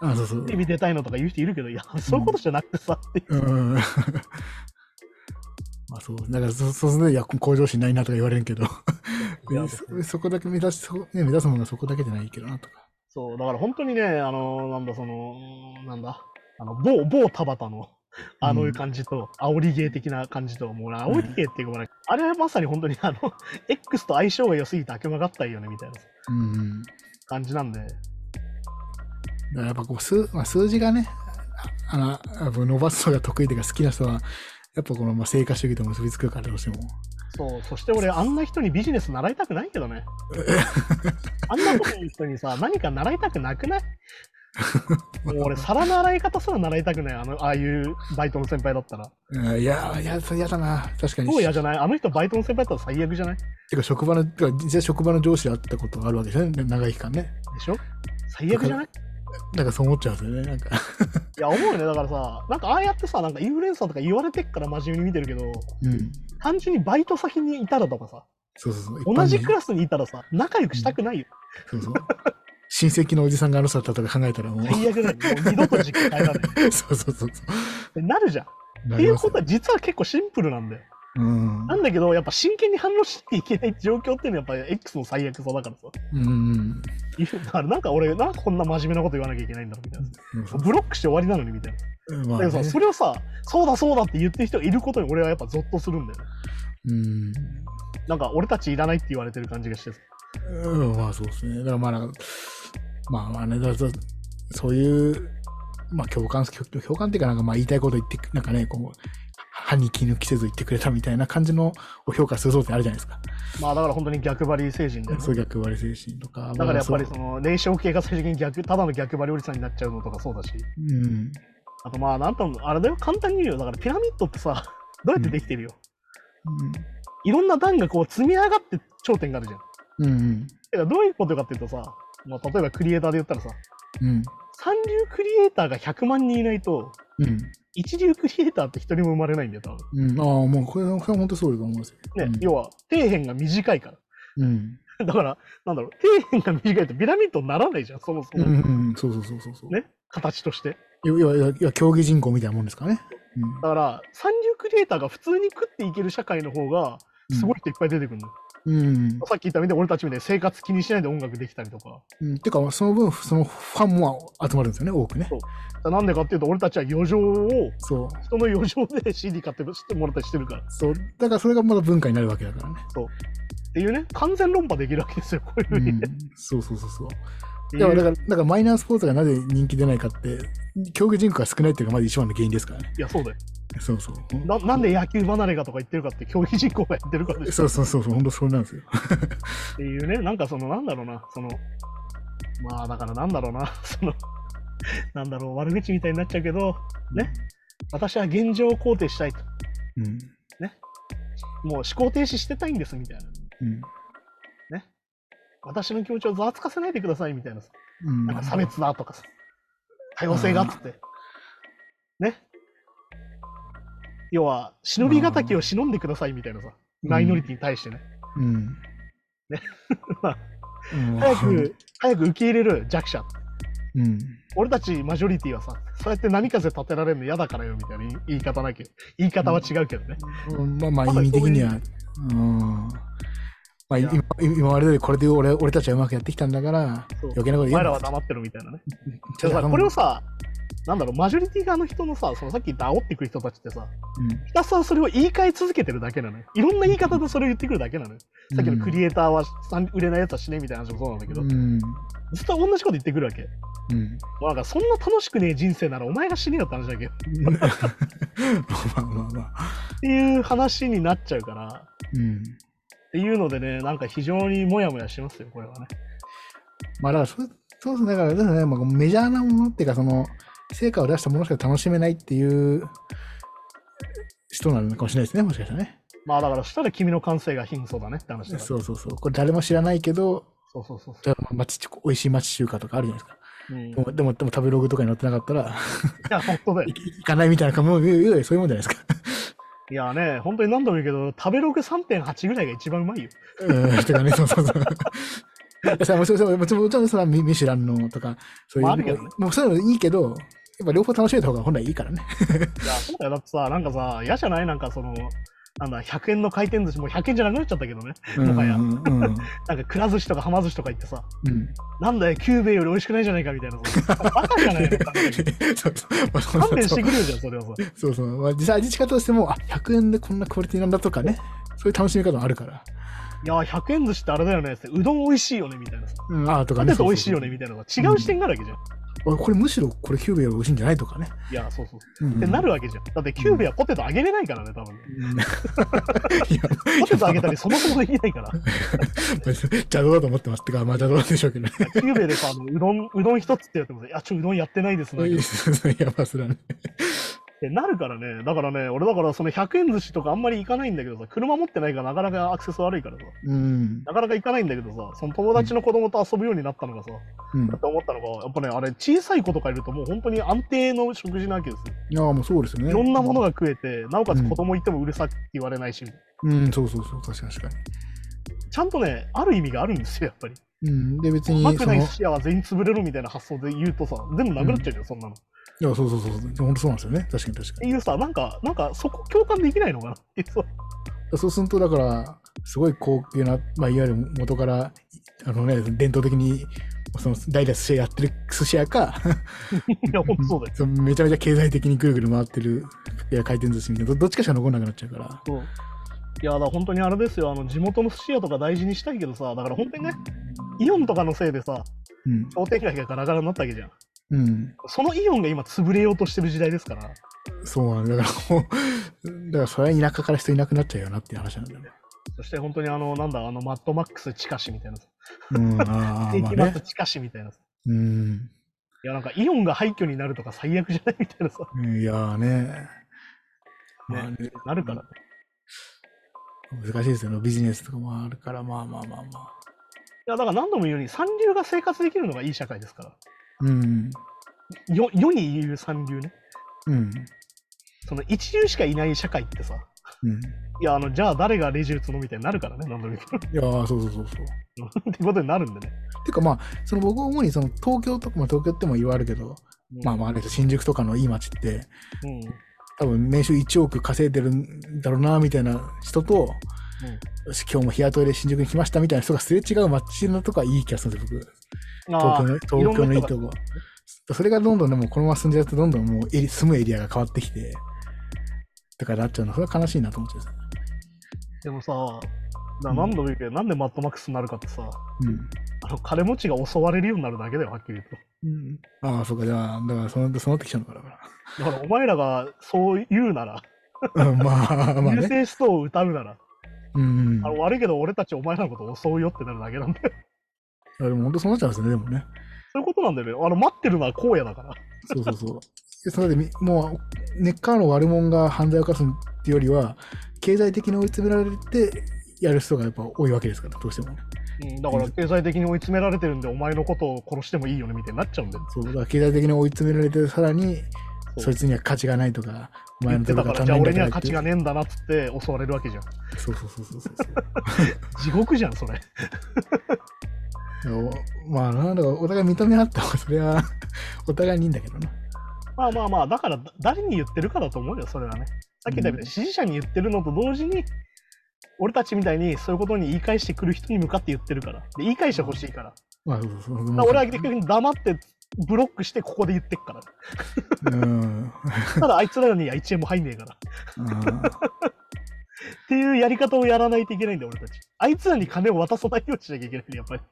[SPEAKER 3] あ、そうそう
[SPEAKER 2] テレ。ビ出たいのとか言う人いるけど、いや、そういうことじゃなくてさっていう。
[SPEAKER 3] うん。ま あそう、だからそ、そうすると、いや、向上心ないなとか言われるけど、
[SPEAKER 2] いや
[SPEAKER 3] そそこだけ目指し、そこね、目指すものがそこだけじゃないけどなとか。
[SPEAKER 2] そう、だから本当にね、あの、なんだ、その、なんだ、あの、某、某田畑の、あの感じと、煽り芸的な感じと、もう、煽り芸っていうか、もうあれはまさに本当に、あの、X と相性が良すぎて悪魔がったいよね、みたいな
[SPEAKER 3] うん。だか
[SPEAKER 2] 感じなんで、
[SPEAKER 3] らやっぱこう、数まあ、数字がね、あのあの、伸ばすのが得意というか好きな人は、やっぱこの、まあ、成果主義と結びつくからどうしても。
[SPEAKER 2] そう、そして俺、あんな人にビジネス習いたくないけど ね。あんなこと言う人にさ、何か習いたくなくないもう俺、皿の洗い方すら習いたくない、あの、ああいうバイトの先輩だったら。
[SPEAKER 3] うん、いや、いや、それ嫌だな。確かに。
[SPEAKER 2] そうやじゃないあの人、バイトの先輩だったら最悪じゃない
[SPEAKER 3] てか、職場の、てか、実際職場の上司で会ったことがあるわけじゃね、長い期間ね。
[SPEAKER 2] でしょ最悪じゃない
[SPEAKER 3] なんかそう思っちゃうんですよね、なんか。
[SPEAKER 2] いや、思うよね。だからさ、なんかああやってさ、なんかインフルエンサーとか言われてっから真面目に見てるけど、
[SPEAKER 3] うん。
[SPEAKER 2] 単純にバイト先にいたらとかさ、
[SPEAKER 3] そうそうそう。
[SPEAKER 2] 同じ
[SPEAKER 3] 一般人
[SPEAKER 2] クラスにいたらさ、仲良くしたくないよ。
[SPEAKER 3] そうそう。親戚のおじさんがあの人だったとか考えたらもう、
[SPEAKER 2] 最悪だよ。もう二度と実家帰らない。
[SPEAKER 3] そうそうそうそう。
[SPEAKER 2] ってなるじゃん。っ
[SPEAKER 3] な
[SPEAKER 2] て
[SPEAKER 3] り
[SPEAKER 2] いう
[SPEAKER 3] ま
[SPEAKER 2] こ
[SPEAKER 3] す
[SPEAKER 2] とは実は結構シンプルなんだよ。
[SPEAKER 3] うん。
[SPEAKER 2] なんだけど、やっぱ真剣に反応しなきゃいけない状況っていうのはやっぱり X の最悪さだからさ。
[SPEAKER 3] うん。
[SPEAKER 2] いやだからなんか俺、なんかこんな真面目なこと言わなきゃいけないんだろうみたいな。ブロックして終わりなのにみたいな。
[SPEAKER 3] まあ
[SPEAKER 2] だけど
[SPEAKER 3] ね
[SPEAKER 2] さ、それをさ、そうだそうだって言ってる人がいることに俺はやっぱゾッとするんだよね。
[SPEAKER 3] うん。
[SPEAKER 2] なんか俺たちいらないって言われてる感じがしてさ。
[SPEAKER 3] うん、まあそうですね。だからまあなんか、まあまあね、だからそういう、まあ共感、共共感っていうかなんかまあ言いたいこと言って、なんかね、こう、歯に気抜きせず言ってくれたみたいな感じのを評価するそうってあるじゃないですか。
[SPEAKER 2] まあだから本当に逆張り成人だよね。
[SPEAKER 3] そう逆割れ精神とか。
[SPEAKER 2] だからやっぱり
[SPEAKER 3] まあ
[SPEAKER 2] その、霊障系が最終的に逆、ただの逆張りおじさんになっちゃうのとかそうだし。
[SPEAKER 3] そううん。
[SPEAKER 2] あとまあ、なんとも、あれだよ、簡単に言うよ。だからピラミッドってさ、どうやってできてるよ。いろんな段がこう積み上がって頂点があるじゃん。
[SPEAKER 3] うん。うん。
[SPEAKER 2] だからどういうことかっていうとさ、まあ、例えばクリエイターで言ったらさ、
[SPEAKER 3] うん。
[SPEAKER 2] 三流クリエイターが100万人いないと、
[SPEAKER 3] うん。
[SPEAKER 2] 一流クリエイターって一人も生まれないんだよ、多分。
[SPEAKER 3] うん、ああ、もうこれ、これは本当そうだと思うんですよ。
[SPEAKER 2] ね、
[SPEAKER 3] うん
[SPEAKER 2] 要は、底辺が短いから。
[SPEAKER 3] うん。
[SPEAKER 2] だから、なんだろう、底辺が短いとピラミッドにならないじゃん、そもそ
[SPEAKER 3] うん、う
[SPEAKER 2] も。
[SPEAKER 3] んうん、そうそうそうそうそう。
[SPEAKER 2] ね、形として。
[SPEAKER 3] 要要は、要は要は競技人口みたいなもんですからね。
[SPEAKER 2] だから、三流クリエイターが普通に食っていける社会の方が、
[SPEAKER 3] うん。
[SPEAKER 2] すごい人いっぱい出てくるの、
[SPEAKER 3] うん。うん。
[SPEAKER 2] さっき言ったみたいに俺たちみたいに生活気にしないで音楽できたりとか。
[SPEAKER 3] うん、てか、その分、そのファンも集まるんですよね、多くね
[SPEAKER 2] そ。うだからなんでかっていうと、俺たちは余剰を、
[SPEAKER 3] そう。
[SPEAKER 2] 人の余剰で CD 買って知ってもらったりしてるから。
[SPEAKER 3] そう。だから、それがまだ文化になるわけだからね。
[SPEAKER 2] っていうね、完全論破できるわけですよ、こういうふ
[SPEAKER 3] う
[SPEAKER 2] うに
[SPEAKER 3] ん
[SPEAKER 2] ね。っ。
[SPEAKER 3] そうそうそうそう。
[SPEAKER 2] てい
[SPEAKER 3] だから、だ
[SPEAKER 2] う
[SPEAKER 3] から、だからマイナースポーツがなぜ人気出ないかって、競技人口が少ないっていうのがまず一番の原因ですからね。
[SPEAKER 2] いや、そうだよ
[SPEAKER 3] そうそう。
[SPEAKER 2] な。なんで野球離れがとか言ってるかって、競技人口がやってるからです
[SPEAKER 3] そうそうそうそう、本当そうなんですよ。
[SPEAKER 2] っていうね、なんかその、なんだろうな、その、まあだからなんだろうな、その、なんだろう、悪口みたいになっちゃうけど、ね、私は現状を肯定したいと。
[SPEAKER 3] うん。
[SPEAKER 2] もう思考停止してたいんです、みたいな。
[SPEAKER 3] うん。
[SPEAKER 2] 私の気持ちをざわつかせないでください、みたいなさ。
[SPEAKER 3] うん。
[SPEAKER 2] なんか差別だとかさ、多様性があって、ね。要は、忍び敵を忍んでくださいみたいなさ、
[SPEAKER 3] うん
[SPEAKER 2] マイノリティに対してね。
[SPEAKER 3] うん。
[SPEAKER 2] ね まあ
[SPEAKER 3] うん
[SPEAKER 2] 早く、早く受け入れる弱者。
[SPEAKER 3] うん。
[SPEAKER 2] 俺たちマジョリティはさ、そうやって波風立てられるの嫌だからよみたいな言い方なきゃ、言い方は違うけどね。
[SPEAKER 3] うんまあまあ
[SPEAKER 2] ま
[SPEAKER 3] 意
[SPEAKER 2] だ
[SPEAKER 3] 味的には
[SPEAKER 2] そう、
[SPEAKER 3] うん。まあ
[SPEAKER 2] いや
[SPEAKER 3] 今今まででこれで俺俺たちはうまくやってきたんだから
[SPEAKER 2] そう
[SPEAKER 3] 余計な
[SPEAKER 2] お
[SPEAKER 3] こと言
[SPEAKER 2] 前ら
[SPEAKER 3] うな
[SPEAKER 2] は黙ってろみたいなね。
[SPEAKER 3] ちょっと
[SPEAKER 2] でもさこれをさ、なんだろう、マジョリティ側の人のさ、そのさっき言った煽ってくる人たちってさ、ひたすらそれを言い換え続けてるだけなのよ。いろんな言い方でそれを言ってくるだけなのよ。さっきのクリエイターはさん売れないやつはしねえみたいな話もそうなんだけど、
[SPEAKER 3] うん。
[SPEAKER 2] ずっと同じこと言ってくるわけ。も
[SPEAKER 3] うん。
[SPEAKER 2] うなんかそんな楽しくねえ人生ならお前が死ねよって話だけど。
[SPEAKER 3] まあまあまあまあ。
[SPEAKER 2] っていう話になっちゃうから。
[SPEAKER 3] うん。
[SPEAKER 2] っていうのでね、なんか非常にモヤモヤしますよ、これはね。
[SPEAKER 3] まあだからそ、そうですね。だから、ですねまあ、メジャーなものっていうか、その、成果を出したものしか楽しめないっていう人なのかもしれないですね、もしかしたらね。
[SPEAKER 2] まあだから、したら君の感性が貧相だねって話だから。
[SPEAKER 3] そうそうそう。これ誰も知らないけど、
[SPEAKER 2] そうそうそうそ
[SPEAKER 3] 例えば町中美味しい町中華とかあるじゃないですか。
[SPEAKER 2] う。うん、い
[SPEAKER 3] でも、でも、でも食べログとかに載ってなかったら、
[SPEAKER 2] や、本当だよ
[SPEAKER 3] 行。行かないみたいなかもう、いやいやいやそういうもんじゃないですか。
[SPEAKER 2] いやね、本当に何度も言うけど、食べログ3.8ぐらいが一番うまいよ。
[SPEAKER 3] うん、とかね、そうそうそう。いやもちろんそう、もちろん、もちろん、そのミミシュランのとか、そういう、
[SPEAKER 2] まああるけどね
[SPEAKER 3] もうそういうのいいけど、やっぱ両方楽しめた方が本来いいからね。
[SPEAKER 2] いや、そうだよ。だってさ、なんかさ、嫌じゃないなんかその、なんだ、100円の回転寿司、もう100円じゃなくなっちゃったけどね。もはや
[SPEAKER 3] うんうんうん
[SPEAKER 2] なんか、くら寿司とかはま寿司とか行ってさ、
[SPEAKER 3] うん
[SPEAKER 2] なんだよ、キューベイより美味しくないじゃないかみたいなさ。バカじゃないのかみたいな。
[SPEAKER 3] そうそうまあそう
[SPEAKER 2] 勘
[SPEAKER 3] そう
[SPEAKER 2] 弁し
[SPEAKER 3] そ
[SPEAKER 2] て
[SPEAKER 3] う
[SPEAKER 2] くれるじゃん、それはさ。
[SPEAKER 3] そうそうまあ実際味方としてもあ100円でこんなクオリティなんだとかねそういう楽しみ方もあるから、
[SPEAKER 2] いや、100円寿司ってあれだよねって、うどん美味しいよねみたいなさ。
[SPEAKER 3] うん、ああと
[SPEAKER 2] な
[SPEAKER 3] か
[SPEAKER 2] ん
[SPEAKER 3] ね
[SPEAKER 2] で美味しいよね
[SPEAKER 3] そう
[SPEAKER 2] みたいなさ。違う視点があるわけじゃん。
[SPEAKER 3] そうそうあこれむしろこれキューベより美味しいんじゃないとかね、
[SPEAKER 2] いや、そうそう。
[SPEAKER 3] うん
[SPEAKER 2] ってなるわけじゃん。だって、キューベはポテトあげれないからね、多分ね。
[SPEAKER 3] うんいや
[SPEAKER 2] ポテトあげたり、そもそもできないから。
[SPEAKER 3] 邪道だと思ってますってかまあ邪道なんでしょうけどね
[SPEAKER 2] キューベでさ、あのうどん、うどん一つってやってもさ、いや、ちょ、うどんやってないですね。
[SPEAKER 3] やばすらね
[SPEAKER 2] ってなるからね、だからね、俺だからその100円寿司とかあんまり行かないんだけどさ、車持ってないからなかなかアクセス悪いからさ、
[SPEAKER 3] うん、
[SPEAKER 2] なかなか行かないんだけどさ、その友達の子供と遊ぶようになったのがさ、
[SPEAKER 3] うん、
[SPEAKER 2] って思ったのが、やっぱね、あれ小さい子とかいるともう本当に安定の食事なわけですよ。
[SPEAKER 3] いやもうそうですよね
[SPEAKER 2] いろんなものが
[SPEAKER 3] が
[SPEAKER 2] 食えて、なおかつ
[SPEAKER 3] うん
[SPEAKER 2] 子供いてもうるさくって言われないし、
[SPEAKER 3] うんそうそうそう確かに確か
[SPEAKER 2] ちゃんとね、ある意味があるんですよ、やっぱり。
[SPEAKER 3] にうんで別
[SPEAKER 2] う
[SPEAKER 3] に
[SPEAKER 2] まく
[SPEAKER 3] そ
[SPEAKER 2] な
[SPEAKER 3] の
[SPEAKER 2] いい
[SPEAKER 3] や
[SPEAKER 2] 寿司屋は全員潰れるみたいな発想で言うとさ、全部なくなっちゃうじゃん、そんなの。っ
[SPEAKER 3] そうそうそう本当そうなんですよね確かに確か
[SPEAKER 2] て
[SPEAKER 3] に
[SPEAKER 2] いうさ、なんか、なんかそこ共感できないのかなっていうさ。
[SPEAKER 3] そうするとだからすごい高級な、まあ、いわゆる元からあのね伝統的にその代々寿司屋やってる寿司屋か
[SPEAKER 2] いや、ほんとそうだよ。
[SPEAKER 3] そのめちゃめちゃ経済的にぐるぐる回ってるいや回転寿司みたいなどどっちかしか残んなくなっちゃうから
[SPEAKER 2] そういやだから本当にあれですよあの地元の寿司屋とか大事にしたいけどさだから本当にねイオンとかのせいでさ
[SPEAKER 3] うん
[SPEAKER 2] 商店街がガラガラになったわけじゃん
[SPEAKER 3] うん
[SPEAKER 2] そのイオンが今潰れようとしてる時代ですから
[SPEAKER 3] そうなんだだからもうだからそれは田舎から人いなくなっちゃうよなっていう話なんだよね
[SPEAKER 2] そして本当にあのなんだあのマッドマックス近しみたいなさ
[SPEAKER 3] うんあ
[SPEAKER 2] ス
[SPEAKER 3] あ
[SPEAKER 2] テー
[SPEAKER 3] まあ
[SPEAKER 2] キマッ
[SPEAKER 3] ね
[SPEAKER 2] ク近しみたいなさ
[SPEAKER 3] うん
[SPEAKER 2] いやなんかイオンが廃墟になるとか最悪じゃないみたいなさ
[SPEAKER 3] いやーねまあね
[SPEAKER 2] なるから、ね、
[SPEAKER 3] 難しいですよねビジネスとかもあるからまあまあまあま
[SPEAKER 2] い
[SPEAKER 3] あ
[SPEAKER 2] やだから何度も言うように三流が生活できるのがいい社会ですか
[SPEAKER 3] うん
[SPEAKER 2] らよ世に言う三流ね
[SPEAKER 3] うん
[SPEAKER 2] その一流しかいない社会ってさ
[SPEAKER 3] うん
[SPEAKER 2] いやあのじゃあ誰がレジ打つのみたいになるからね何度も言うけど
[SPEAKER 3] いやーそうそうそうそう
[SPEAKER 2] ってことになるんでね。
[SPEAKER 3] てかまあその僕主にその東京とか、まあ、東京っても言われるけど、まあまああれです新宿とかのいい街って
[SPEAKER 2] うん。
[SPEAKER 3] 多分年収1億稼いでるんだろうなみたいな人と、よし今日も日雇いで新宿に来ましたみたいな人がすれ違う街のとかいい気がするんですよ
[SPEAKER 2] ま
[SPEAKER 3] 僕
[SPEAKER 2] あー、
[SPEAKER 3] 東京の東京のいい
[SPEAKER 2] いろ
[SPEAKER 3] と
[SPEAKER 2] ん
[SPEAKER 3] こそれがどんどんでもこのまま進んじゃうとどんどんもうエリ住むエリアが変わってきてとかなっちゃうのそれは悲しいなと思っちゃう
[SPEAKER 2] でもさ、な
[SPEAKER 3] うん
[SPEAKER 2] 何度も言うけど、なんでマッドマックスになるかってさ、
[SPEAKER 3] うん
[SPEAKER 2] あの金持ちが襲われるようになるだけだよ、はっきり言う
[SPEAKER 3] うん、ああ、そうか、じゃあ、だからそうな、そうなってきちゃうのかなだか
[SPEAKER 2] と。だから、お前らがそう言うなら、
[SPEAKER 3] ら。うん、まあ、まあ
[SPEAKER 2] 優
[SPEAKER 3] ね。
[SPEAKER 2] 勢思想を歌うなら、
[SPEAKER 3] うん。
[SPEAKER 2] あ
[SPEAKER 3] あ
[SPEAKER 2] の悪いけど俺たちお前らのこと襲うよってなるだけなんだよ。
[SPEAKER 3] でも、本当そうなっちゃうんですよね、でもね。
[SPEAKER 2] そういうことなんだよね。あの待ってるのは荒野だから。
[SPEAKER 3] そうそうそう。でそれでみ、もう、根っからの悪者が犯罪を犯すっていうよりは、経済的に追い詰められて、やる人がやっぱ多いわけですから、どうしても。
[SPEAKER 2] うん、だから、経済的に追い詰められてるんで、お前のことを殺してもいいよねみたいになっちゃうんだよ。
[SPEAKER 3] そう、だから経済的に追い詰められて、さらに、
[SPEAKER 2] そう
[SPEAKER 3] そいつには価値がないとか、お前
[SPEAKER 2] 言っ
[SPEAKER 3] の
[SPEAKER 2] て
[SPEAKER 3] とこ
[SPEAKER 2] た
[SPEAKER 3] ろ
[SPEAKER 2] から、じゃあ
[SPEAKER 3] が足りない
[SPEAKER 2] 俺
[SPEAKER 3] ん
[SPEAKER 2] に
[SPEAKER 3] だ
[SPEAKER 2] は
[SPEAKER 3] と
[SPEAKER 2] 価
[SPEAKER 3] か
[SPEAKER 2] 値が
[SPEAKER 3] 言って。
[SPEAKER 2] ねえんだなっつって襲われるわけじゃん。
[SPEAKER 3] そうそうそうそうそうそう。
[SPEAKER 2] 地獄じゃん、それ。
[SPEAKER 3] いやおまあ、なんだか、お互い認め合った方が、それは、 お互いにいいんだけどな。
[SPEAKER 2] まあまあまあ、だからだ誰に言ってるかだと思うよ、それはね。さっき言ったみたいに支持者に言ってるのと同時に、俺たちみたいにそういうことに言い返してくる人に向かって言ってるから。で言い返してほしいから。
[SPEAKER 3] まあ、そうそう
[SPEAKER 2] だ
[SPEAKER 3] そう。
[SPEAKER 2] から俺は逆に黙ってブロックしてここで言ってっから。
[SPEAKER 3] うん。
[SPEAKER 2] ただあいつらには1円も入んねえから。っていうやり方をやらないといけないんだよ、俺たち。あいつらに金を渡さないようにしなきゃいけないね、やっぱり。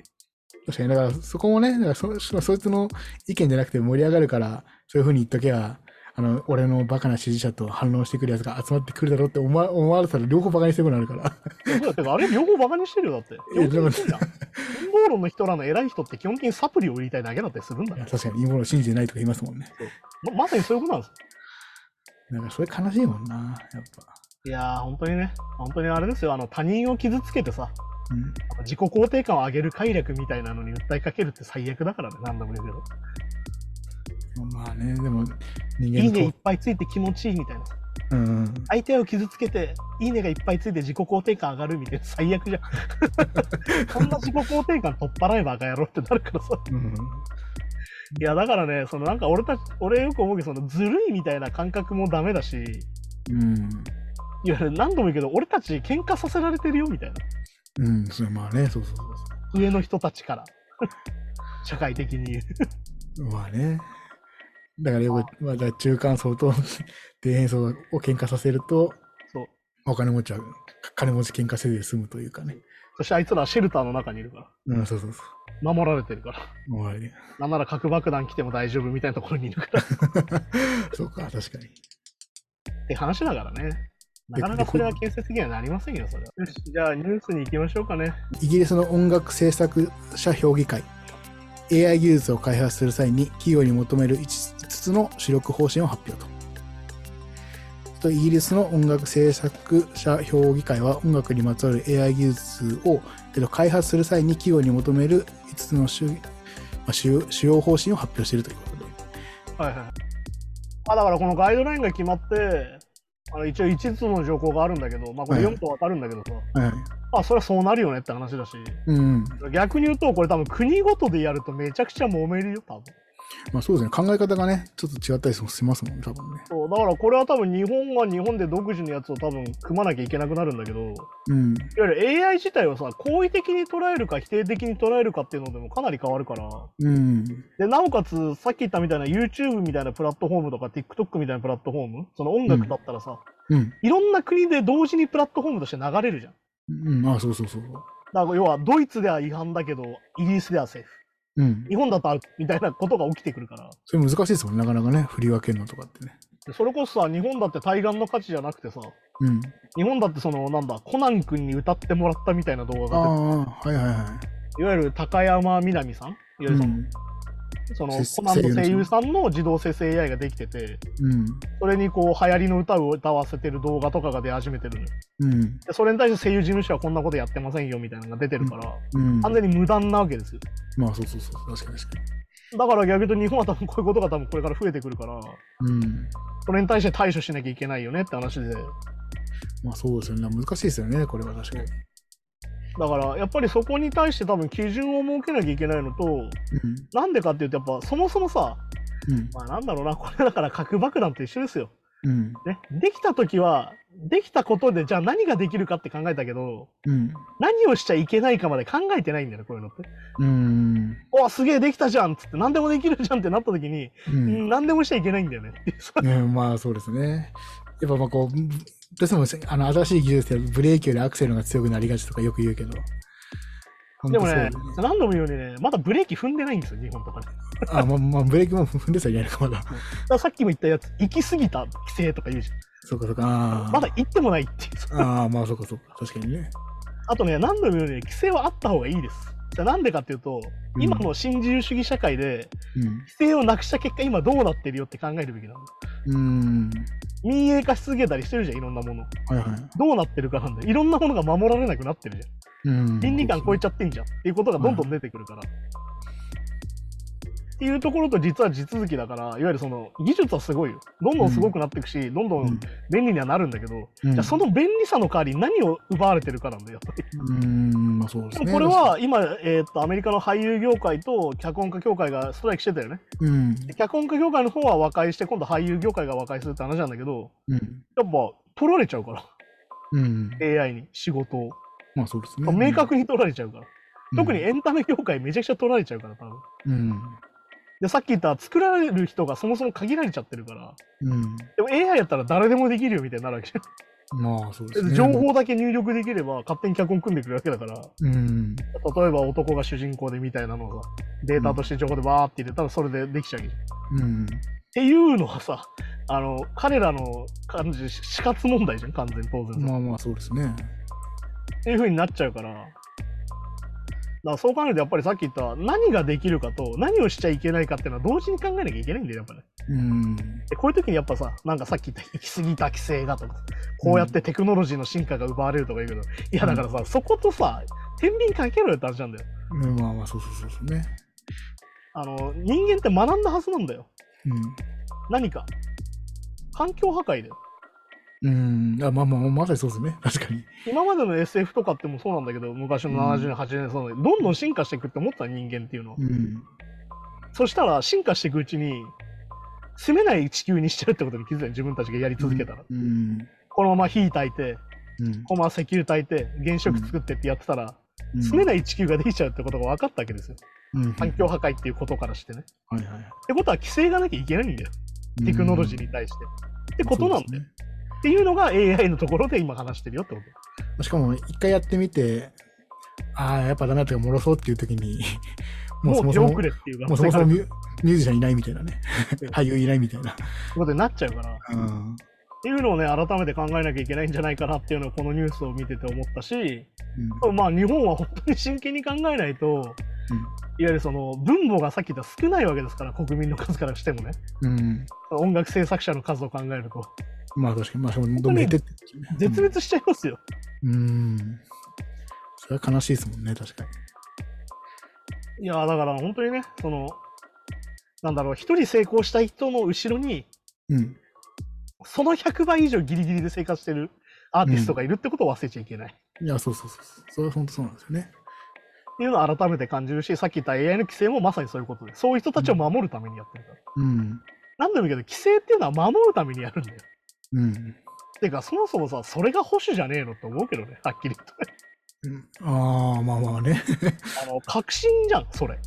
[SPEAKER 3] 確かに、だからそこもね、だからそそそいつの意見じゃなくて盛り上がるから、そういうふうに言っときゃ、あの、俺のバカな支持者と反応してくるやつが集まってくるだろうって思わ思われたら両方バカにしたくなるから。
[SPEAKER 2] そうだってあれ両方バカにしてるよだって。
[SPEAKER 3] いやで
[SPEAKER 2] 両方
[SPEAKER 3] も
[SPEAKER 2] 言ってんじゃん陰謀論の人らの偉い人って基本的にサプリを売りたいだけだったりするんだ
[SPEAKER 3] い
[SPEAKER 2] よ
[SPEAKER 3] や。確かに、陰謀論信じてないとか言いますもんね。
[SPEAKER 2] ままさにそういうことなんです。
[SPEAKER 3] なんかそれ悲しいもんな、やっぱ。
[SPEAKER 2] いやー、本当にね、本当にあれですよ、あの他人を傷つけてさ、
[SPEAKER 3] うん。
[SPEAKER 2] 自己肯定感を上げる快楽みたいなのに訴えかけるって最悪だからね、なんでもいいけど。
[SPEAKER 3] まあね、でも、人
[SPEAKER 2] いい
[SPEAKER 3] 間の
[SPEAKER 2] ねいっぱいついて気持ちいいみたいなさ。
[SPEAKER 3] うんうん。
[SPEAKER 2] 相手を傷つけて、いいねがいっぱいついて自己肯定感上がるみたいな最悪じゃん。そんな自己肯定感取っ払えば赤野郎ってなるからさ。
[SPEAKER 3] うん。
[SPEAKER 2] いや、だからね、そのなんか俺たち、俺よく思うけど、そのずるいみたいな感覚もダメだし、
[SPEAKER 3] うん。
[SPEAKER 2] いや、何度も言うけど、俺たち喧嘩させられてるよみたいな。
[SPEAKER 3] うん、それまあね、そうそうそう
[SPEAKER 2] 上の人たちから。社会的に言う。
[SPEAKER 3] そう。まあね。だからよく、まあ、だから中間層と 低変層を喧嘩させると、
[SPEAKER 2] そう。
[SPEAKER 3] お金持ちは、か金持ち喧嘩せずに済むというかね。
[SPEAKER 2] そしてあいつらはシェルターの中にいるから。
[SPEAKER 3] うん、そうそうそ
[SPEAKER 2] 守られてるから。
[SPEAKER 3] う。終わり。
[SPEAKER 2] なんなら核爆弾来ても大丈夫みたいなところにいるから。
[SPEAKER 3] そうか、確かに。
[SPEAKER 2] って話だからね。なかなかそれは建設的にはなりませんよ、それは。よし、じゃあニュースに行きましょうかね。
[SPEAKER 3] イギリスの音楽制作者評議会 AI 技術を開発する際に企業に求める 5, つの主力方針を発表ととイギリスの音楽制作者評議会は音楽にまつわる AI 技術を、えっと、開発する際に企業に求める5つの主,、まあ、主主要方針を発表しているということで
[SPEAKER 2] はいはい。あだからこのガイドラインが決まって、あの一応5つの条項があるんだけど、まあこれ
[SPEAKER 3] はい
[SPEAKER 2] 4個わかるんだけどさ、
[SPEAKER 3] はい、
[SPEAKER 2] まあそれはそうなるよねって話だし、
[SPEAKER 3] うん
[SPEAKER 2] 逆に言うとこれ多分国ごとでやるとめちゃくちゃ揉めるよ、多分。
[SPEAKER 3] まあ、そうですね考え方がねちょっと違ったりしますもんね多分ね
[SPEAKER 2] そうだからこれは多分日本は日本で独自のやつを多分組まなきゃいけなくなるんだけど、
[SPEAKER 3] うん
[SPEAKER 2] いわゆる AI 自体をさ、好意的に捉えるか否定的に捉えるかっていうのでもかなり変わるから、
[SPEAKER 3] うん
[SPEAKER 2] でなおかつさっき言ったみたいな YouTube みたいなプラットフォームとか TikTok みたいなプラットフォームその音楽だったらさ、
[SPEAKER 3] うん
[SPEAKER 2] いろんな国で同時にプラットフォームとして流れるじゃん
[SPEAKER 3] うんあそうそうそう
[SPEAKER 2] だから要はドイツでは違反だけどイギリスではセーフ
[SPEAKER 3] うん
[SPEAKER 2] 日本だとアウトみたいなことが起きてくるから
[SPEAKER 3] それ難しいですもんね、なかなかね、振り分けるのとかってね。
[SPEAKER 2] でそれこそさ日本だって対岸の価値じゃなくてさ
[SPEAKER 3] うん。
[SPEAKER 2] 日本だってそのなんだコナン君に歌ってもらったみたいな動
[SPEAKER 3] あ
[SPEAKER 2] 画が
[SPEAKER 3] あ、はいはいは
[SPEAKER 2] 出ていわゆる高山みなみさんいわゆ
[SPEAKER 3] い。
[SPEAKER 2] る
[SPEAKER 3] う
[SPEAKER 2] その,、
[SPEAKER 3] ん。
[SPEAKER 2] その
[SPEAKER 3] せ
[SPEAKER 2] コナンの
[SPEAKER 3] 声
[SPEAKER 2] 声
[SPEAKER 3] 優
[SPEAKER 2] 優
[SPEAKER 3] の
[SPEAKER 2] さんの自動生成 AI ができてて
[SPEAKER 3] うん。
[SPEAKER 2] それにこう流行りの歌を歌わせてる動画とかが出始めてるのよ
[SPEAKER 3] うん。
[SPEAKER 2] でそれに対して声優事務所はこんなことやってませんよみたいなのが出てるから、
[SPEAKER 3] うん。
[SPEAKER 2] 完全に無断なわけですよ。
[SPEAKER 3] まあそうそうそう、確かに確か
[SPEAKER 2] だから逆に言うと日本は多分こういうことが多分これから増えてくるから、
[SPEAKER 3] に。うん。
[SPEAKER 2] それに対して対処しなきゃいけないよねって話で。だ
[SPEAKER 3] まあそうですよね、難しいですよね、これは確かに。
[SPEAKER 2] からやっぱりそこに対して多分基準を設けなきゃいけないのと、なんでかっていうとやっぱそもそもさ、
[SPEAKER 3] うん。
[SPEAKER 2] まあなんだろうな、これだから核爆弾と一緒ですよ。
[SPEAKER 3] うん。
[SPEAKER 2] ね。できた時は、できたことでじゃあ何ができるかって考えたけど、
[SPEAKER 3] うん。
[SPEAKER 2] 何をしちゃいけないかまで考えてないんだよね、こういうのって。
[SPEAKER 3] うん。
[SPEAKER 2] おすげえできたじゃんっつって何でもできるじゃんってなった時に、
[SPEAKER 3] うん。
[SPEAKER 2] 何でもしちゃいけないんだよねっていうそう
[SPEAKER 3] うん、まあそうですね。やっぱまあこう、どうしてもせあの新しい技術でブレーキよりアクセルが強くなりがちとかよく言うけど。
[SPEAKER 2] でもね
[SPEAKER 3] 本当そうだ、
[SPEAKER 2] 何度も言うようにね、まだブレーキ踏んでないんですよ、日本とかね。だか
[SPEAKER 3] あ、まあ、まあ、ブレーキも踏んでさえいないのか、まだ。
[SPEAKER 2] らさっきも言ったやつ、行き過ぎた規制とか言うじ
[SPEAKER 3] そうかそうか。
[SPEAKER 2] ゃ
[SPEAKER 3] あ
[SPEAKER 2] ん。
[SPEAKER 3] ー
[SPEAKER 2] まだ行ってもないっていう。そう
[SPEAKER 3] ああ、まあそうかそうか。確かにね。
[SPEAKER 2] あとね、何度も言うようにね、規制はあった方がいいです。じゃあなんでかっていうと、
[SPEAKER 3] うん
[SPEAKER 2] 今の新自由主義社会で、
[SPEAKER 3] うん。
[SPEAKER 2] 規制をなくした結果、今どうなってるよって考えるべきなの。
[SPEAKER 3] うん。
[SPEAKER 2] 民営化し続けたりしてるじゃん、いろんなもの。
[SPEAKER 3] はいはい。
[SPEAKER 2] どうなってるかなんで、いろんなものが守られなくなってるじゃん。
[SPEAKER 3] うん。
[SPEAKER 2] 倫理観超え
[SPEAKER 3] ち
[SPEAKER 2] ちゃってんじゃんっていうことがどんどん出てくるから。っていうところと実は地続きだからいわゆるその技術はすごいよどんどんすごくなっていくし、どんどん便利にはなるんだけど、
[SPEAKER 3] うん、
[SPEAKER 2] じゃあその便利さの代わりに何を奪われてるかなんだよやっぱり。
[SPEAKER 3] うん、まあそうで
[SPEAKER 2] ですも
[SPEAKER 3] ね。
[SPEAKER 2] これ、は今、えーっとアメリカの俳優業界と脚本家業界がストライキしてたよね。
[SPEAKER 3] うん。
[SPEAKER 2] で脚本家業界の方は和解して今度俳優業界が和解するって話なんだけど
[SPEAKER 3] うん。
[SPEAKER 2] やっぱ取られちゃうから
[SPEAKER 3] うん。
[SPEAKER 2] AI に仕事を、
[SPEAKER 3] まあそうですね。
[SPEAKER 2] 明確に取られちゃうから、
[SPEAKER 3] うん
[SPEAKER 2] 特にエンタメ業界めちゃくちゃ取られちゃうから多分。
[SPEAKER 3] うん。
[SPEAKER 2] でさっき言った作られる人がそもそも限られちゃってるから
[SPEAKER 3] うん。
[SPEAKER 2] でも AI やったら誰でもできるよみたいになるわけじゃ
[SPEAKER 3] まあ、そうです
[SPEAKER 2] ん
[SPEAKER 3] ね。
[SPEAKER 2] 情報だけ入力できれば勝手に脚本組んでくるわけだから
[SPEAKER 3] うん。
[SPEAKER 2] 例えば男が主人公でみたいなのがデータとして情報でわーって入れたらそれでできちゃうわけじゃん
[SPEAKER 3] うん。
[SPEAKER 2] っていうのはさあの彼らの感じ死活問題じゃん完全に当然さ、
[SPEAKER 3] まあまあ、そうですね。
[SPEAKER 2] っていう風になっちゃうから。だからそう考えるとやっぱりさっき言った何ができるかと何をしちゃいけないかっていうのは同時に考えなきゃいけないんだよやっぱね。
[SPEAKER 3] うん。
[SPEAKER 2] でこういう時にやっぱさなんかさっき言った行き過ぎた規制がとかこうやってテクノロジーの進化が奪われるとか言うけど、いやだからさ、そことさ天秤かけろよって話なんだよ。
[SPEAKER 3] うんまあまあ、そうそうそうそうね。
[SPEAKER 2] あの人間って学んだはずなんだよ何か。環境破壊だよ。
[SPEAKER 3] うん。うん。あまあまあ、まさにそうですね。確かに。
[SPEAKER 2] 今までの SF とかってもそうなんだけど昔の70年80年そうなんだけどどんどん進化していくって思ってた人間っていうのは。
[SPEAKER 3] うん。
[SPEAKER 2] そしたら進化していくうちに住めない地球にしちゃうってことに気づいたよ自分たちがやり続けたら、
[SPEAKER 3] うん。
[SPEAKER 2] このまま火焚いて
[SPEAKER 3] うん。
[SPEAKER 2] このまま石油焚いて原子力作ってってやってたら、住め
[SPEAKER 3] い。
[SPEAKER 2] ない地球ができちゃうってことが分かったわけですよ
[SPEAKER 3] うん。
[SPEAKER 2] 環境破壊っていうことからしてね、
[SPEAKER 3] はいはい。
[SPEAKER 2] ってことは規制がなきゃいけないんだよテクノロジーに対して、ってことなんだよ、
[SPEAKER 3] そうですね
[SPEAKER 2] っていうのが AI のところで今話してるよってこと
[SPEAKER 3] しかも一回やってみてああやっぱダメだったからもろそうっていう時にもうそ
[SPEAKER 2] も
[SPEAKER 3] も
[SPEAKER 2] う手
[SPEAKER 3] そも
[SPEAKER 2] 遅れっていうか
[SPEAKER 3] もうそもそも
[SPEAKER 2] っ
[SPEAKER 3] ミュミュージシャンいないみたいなね俳優いないみたいな、
[SPEAKER 2] てことになっちゃうから、
[SPEAKER 3] うん
[SPEAKER 2] っていうのをね改めて考えなきゃいけないんじゃないかなっていうのをこのニュースを見てて思ったしまあ日本は本当に真剣に考えないといわゆるその分母がさっき言った少ないわけですから国民の数からしてもね
[SPEAKER 3] うんうん、
[SPEAKER 2] 音楽制作者の数を考えると
[SPEAKER 3] まあ確かにまあそのどんどん減ってって
[SPEAKER 2] 絶滅しちゃいますよ、
[SPEAKER 3] うんそれは悲しいですもんね確かに
[SPEAKER 2] いやーだから本当にねそのなんだろう一人成功した人の後ろに
[SPEAKER 3] うん
[SPEAKER 2] その100倍以上ギリギリで生活してるアーティストがいるってことを忘れちゃいけない、っ
[SPEAKER 3] いやそうそうそうそうそれは本当そうなんですよね
[SPEAKER 2] ていうのを改めて感じるしさっき言った AI の規制もまさにそういうことでそういう人たちを守るためにやってるから、
[SPEAKER 3] うん
[SPEAKER 2] なんでもいいけど規制っていうのは守るためにやるんだよ
[SPEAKER 3] うん
[SPEAKER 2] てかそもそもさそれが保守じゃねえのって思うけどねはっきり言って
[SPEAKER 3] うんああまあまあね
[SPEAKER 2] あ の革新じゃんそれ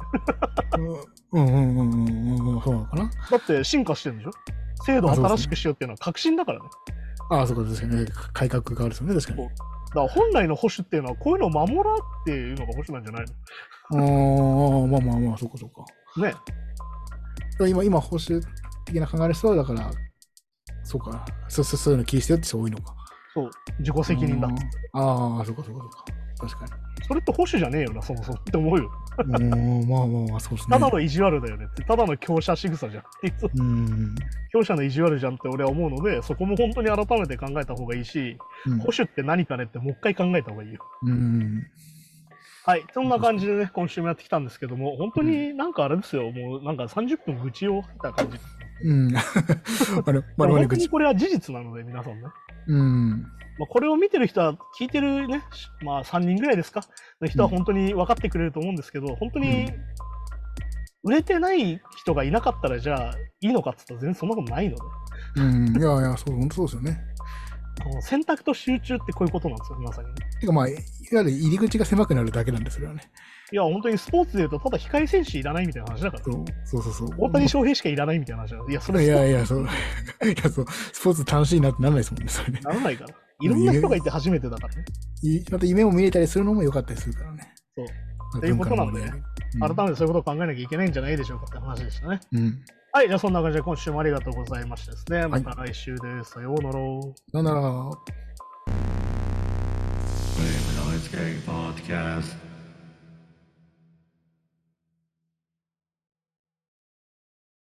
[SPEAKER 3] うんうんうんうんうんうんそうなのかな
[SPEAKER 2] だって進化してるんでしょ制度を新しくしようっていうのは革新だからね。
[SPEAKER 3] ああそうか確かにね改革があるですよね確かに
[SPEAKER 2] だから本来の保守っていうのはこういうのを守らっていうのが保守なんじゃない
[SPEAKER 3] ああ、まあまあまあ、そうかそうか。
[SPEAKER 2] のね
[SPEAKER 3] でも今、今、保守的な考えの人は、だから、そうか、そそそういうの気にしてるって人多いのか。
[SPEAKER 2] そう、自己責任だっつって。
[SPEAKER 3] あーあー、そうかそうかそうか。確か
[SPEAKER 2] それって保守じゃねえよな、そもそもって思うよ。
[SPEAKER 3] に。うーん、まあまあまあ、そうですね。
[SPEAKER 2] ただの意地悪だよねって、ただの強者仕草じゃんっていう。
[SPEAKER 3] うーん。
[SPEAKER 2] 強者の意地悪じゃんって俺は思うので、そこも本当に改めて考えた方がいいし、
[SPEAKER 3] うん
[SPEAKER 2] 保守って何かねってもう一回考えた方がいいよ。
[SPEAKER 3] うん。
[SPEAKER 2] はい、そんな感じでね、今週もやってきたんですけども、本当になんかあれですよ、もうなんか30分愚痴を吐いた感じ。
[SPEAKER 3] うん。 あれ、我々
[SPEAKER 2] 本当
[SPEAKER 3] 口
[SPEAKER 2] に。これは事実なので、皆さんね。
[SPEAKER 3] うん。
[SPEAKER 2] まあ、これを見てる人は、聞いてるね、しまあ、3人ぐらいですか、の人は本当に分かってくれると思うんですけど、本当に売れてない人がいなかったら、じゃあいいのかって言ったら、全然そんなことないので、
[SPEAKER 3] うん。いやいや、そう、本当そうですよね。
[SPEAKER 2] あの選択と集中ってこういうことなんですよ、まさにね。
[SPEAKER 3] てかまあ、いわゆる入り口が狭くなるだけなんですよね。
[SPEAKER 2] いや、本当にスポーツでいうと、ただ控え選手いらないみたいな話だから、
[SPEAKER 3] そうそうそうそう。
[SPEAKER 2] 大谷翔平しかいらないみたいな話だから、いや、それ
[SPEAKER 3] い
[SPEAKER 2] は
[SPEAKER 3] やいや、そう。 いや、そう。スポーツ楽しいなってならないですもんね、それね。
[SPEAKER 2] ならないから、いろんな人がいて初めてだからね。
[SPEAKER 3] いまた夢を見れたりするのも良かったりするからね。
[SPEAKER 2] そう
[SPEAKER 3] まあ。
[SPEAKER 2] ということなんで
[SPEAKER 3] 文化の
[SPEAKER 2] 改
[SPEAKER 3] 問題
[SPEAKER 2] めてそういうことを考えなきゃいけないんじゃないでしょうかって話でしたね。
[SPEAKER 3] うん。うん。
[SPEAKER 2] はい、じゃあそんな感じで今週もありがとうございましたですね。また来週です。さようなら。
[SPEAKER 3] なんなら。
[SPEAKER 1] Flame and Ice Game Podcast.